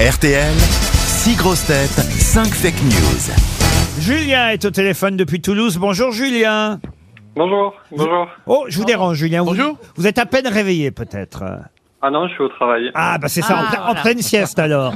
RTL, 6 grosses têtes, 5 fake news. Julien est au téléphone depuis Toulouse. Bonjour Julien. Bonjour, bonjour. Oh, je vous dérange Julien. Bonjour. Vous, êtes à peine réveillé peut-être. Ah non, je suis au travail. Ah bah c'est ça, en, Ah, pla- en voilà. pleine sieste alors.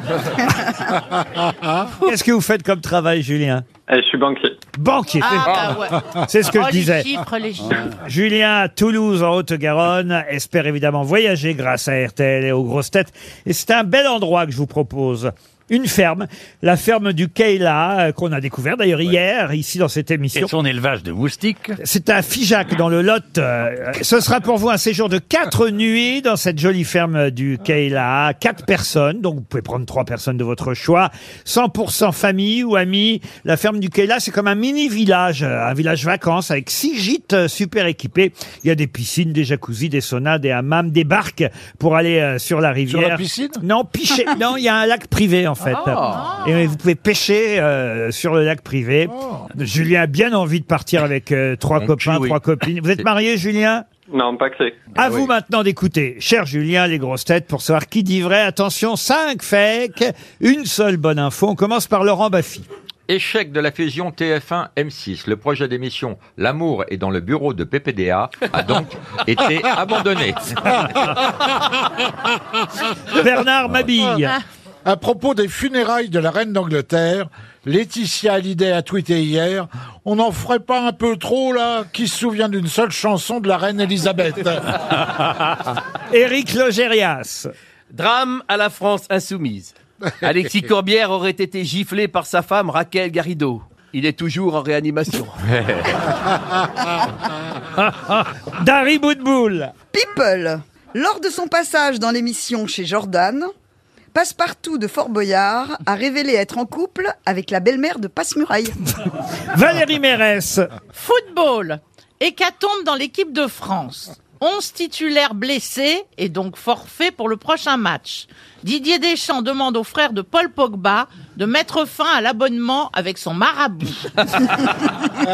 Qu'est-ce que vous faites comme travail Julien Eh, je suis banquier. Banquier. Ah, bah ouais. C'est ce que Oh, je les disais. chiffres, les chiffres. Julien à Toulouse en Haute-Garonne espère évidemment voyager grâce à RTL et aux grosses têtes. Et c'est un bel endroit que je vous propose. Une ferme, la ferme du Keila, euh, qu'on a découvert d'ailleurs hier, ici dans cette émission. Et son élevage de moustiques. C'est à Figeac, dans le Lot. Euh, Ce sera pour vous un séjour de quatre nuits dans cette jolie ferme du Keila. Quatre personnes, donc vous pouvez prendre trois personnes de votre choix. 100% famille ou amis. La ferme du Keila, c'est comme un mini-village, euh, un village vacances avec six gîtes euh, super équipés. Il y a des piscines, des jacuzzis, des saunas, des hammams, des barques pour aller euh, sur la rivière. Sur la piscine Non, picher. non, il y a un lac privé en fait. Et vous pouvez pêcher euh, sur le lac privé. Julien a bien envie de partir avec euh, trois Mon copains, Kiwi. trois copines. Vous êtes marié, Julien Non, pas que à vous maintenant d'écouter, cher Julien, les grosses têtes, pour savoir qui dit vrai. Attention, cinq fakes, une seule bonne info. On commence par Laurent Baffy. Échec de la fusion TF1-M6. Le projet d'émission L'amour est dans le bureau de PPDA a donc été abandonné. Bernard Mabille. À propos des funérailles de la reine d'Angleterre, Laetitia Hallyday a tweeté hier On n'en ferait pas un peu trop, là Qui se souvient d'une seule chanson de la reine Elisabeth Éric Logérias. Drame à la France insoumise. Alexis Corbière aurait été giflé par sa femme Raquel Garrido. Il est toujours en réanimation. Dari Boudboul. People, lors de son passage dans l'émission chez Jordan, Passepartout de Fort Boyard a révélé être en couple avec la belle-mère de Passe-Muraille. Valérie Mérès. Football. Hécatombe dans l'équipe de France. 11 titulaires blessés et donc forfaits pour le prochain match. Didier Deschamps demande aux frères de Paul Pogba de mettre fin à l'abonnement avec son marabout.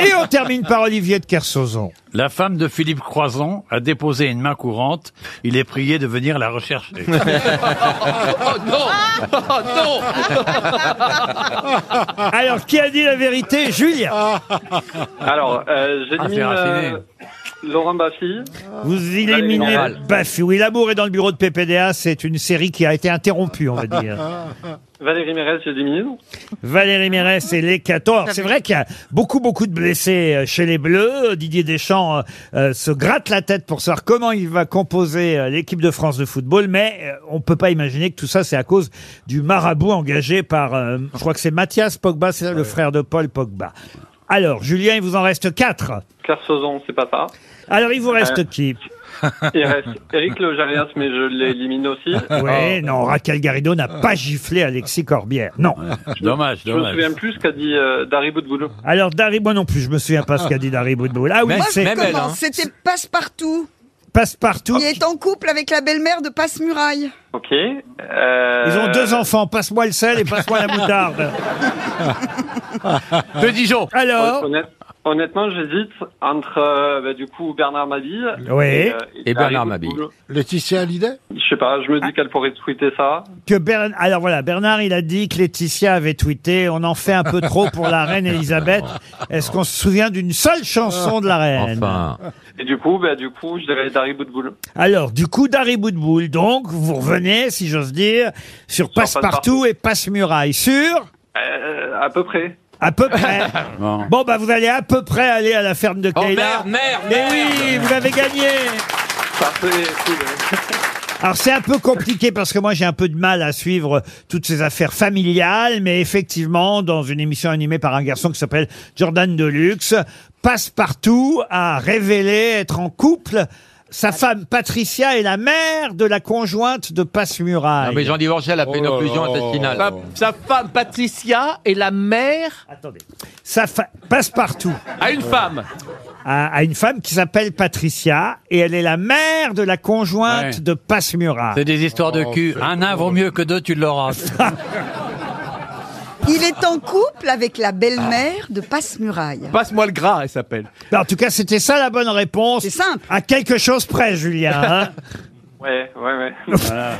Et on termine par Olivier de Kersauzon. La femme de Philippe Croison a déposé une main courante. Il est prié de venir la rechercher. Oh non Ah, Oh non Alors, qui a dit la vérité Julien. Alors, euh, j'élimine c'est raffiné. euh, Laurent Baffy. Vous éliminez normal. Baffy. Oui, l'amour est dans le bureau de PPDA. C'est une série qui a été interrompue, on va dire. Valérie Mérez, j'élimine. Valérie Mérès et les 14. C'est vrai qu'il y a beaucoup, beaucoup de blessés euh, chez les Bleus. Didier Deschamps euh, euh, se gratte la tête pour savoir comment il va composer euh, l'équipe de France de football, mais euh, on peut pas imaginer que tout ça, c'est à cause du marabout engagé par, euh, je crois que c'est Mathias Pogba, c'est ça, le frère de Paul Pogba. Alors, Julien, il vous en reste 4. Kersozon, c'est pas ça. Alors, il vous reste qui Il reste Eric Logérias, mais je l'élimine aussi. Oh, Oui, non, Raquel Garrido n'a pas giflé Alexis Corbière. Non. dommage, Je me dommage. souviens plus ce qu'a dit euh, Dari Boudboulou. Alors, Dari, moi non plus, je me souviens pas ce qu'a dit Dari Boudboul. Ah oui, Même- c'est même- elle, Comment hein. C'était Passepartout. Passepartout. Il est en couple avec la belle-mère de Passe-Muraille. Ok. euh, Ils ont deux enfants, passe-moi le sel et passe-moi la moutarde. De Dijon Alors, honnête- honnêtement, j'hésite entre euh, bah, du coup Bernard Mabille Oui. et, euh, Et Dari Bernard Boudboulou. Laetitia Hallyday Je sais pas, je me dis qu'elle pourrait tweeter ça. que Bern- Alors voilà, Bernard, il a dit que Laetitia avait tweeté On en fait un peu trop pour la reine Elisabeth. Est-ce qu'on se souvient d'une seule chanson de la reine Enfin, Et du coup, bah, du coup, je dirais Dari Boudboulou. Alors, du coup, Dari Boudboul, donc, vous revenez, si j'ose dire, sur Passe-Partout Passe-Partout. et Passe-Muraille. Sur Euh, à peu près. À peu près. Bon. Bon, bah, vous allez à peu près aller à la ferme de oh Kayla. merde, merde, Mais oui, vous avez gagné Parfait. cool. Alors c'est un peu compliqué parce que moi j'ai un peu de mal à suivre toutes ces affaires familiales, mais effectivement dans une émission animée par un garçon qui s'appelle Jordan Deluxe, Passepartout a révélé être en couple. Sa femme Patricia est la mère de la conjointe de Passe-Muraille. Non, Ah, mais Jean Divorchet à la peine d'occlusion Sa, intestinale. sa femme Patricia est la mère Attendez. Sa fa- Passepartout à une femme. a, a une femme qui s'appelle Patricia et elle est la mère de la conjointe Ouais. de Passe-Muraille. Oh, C'est des histoires de cul. Un nain vaut mieux que deux, tu l'auras. Il est en couple avec la belle-mère de Passe-Muraille. Passe-moi le gras, elle s'appelle. Bah, En tout cas, c'était ça la bonne réponse. C'est simple. À quelque chose près, Julien. hein. Ouais, ouais, ouais. Euh,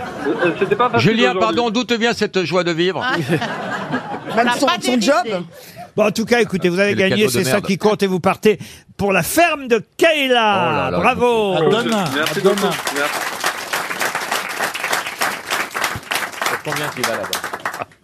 C'était pas facile. Julien, aujourd'hui. pardon, d'où te vient cette joie de vivre Même T'as son, pas son d'idée. job Bon, en tout cas, écoutez, vous avez C'est le gagné, cadeau de c'est ça merde. qui compte, et vous partez pour la ferme de Kayla. Oh là là. Bravo À demain. à Merci beaucoup. demain. Merci. Combien tu vas là-bas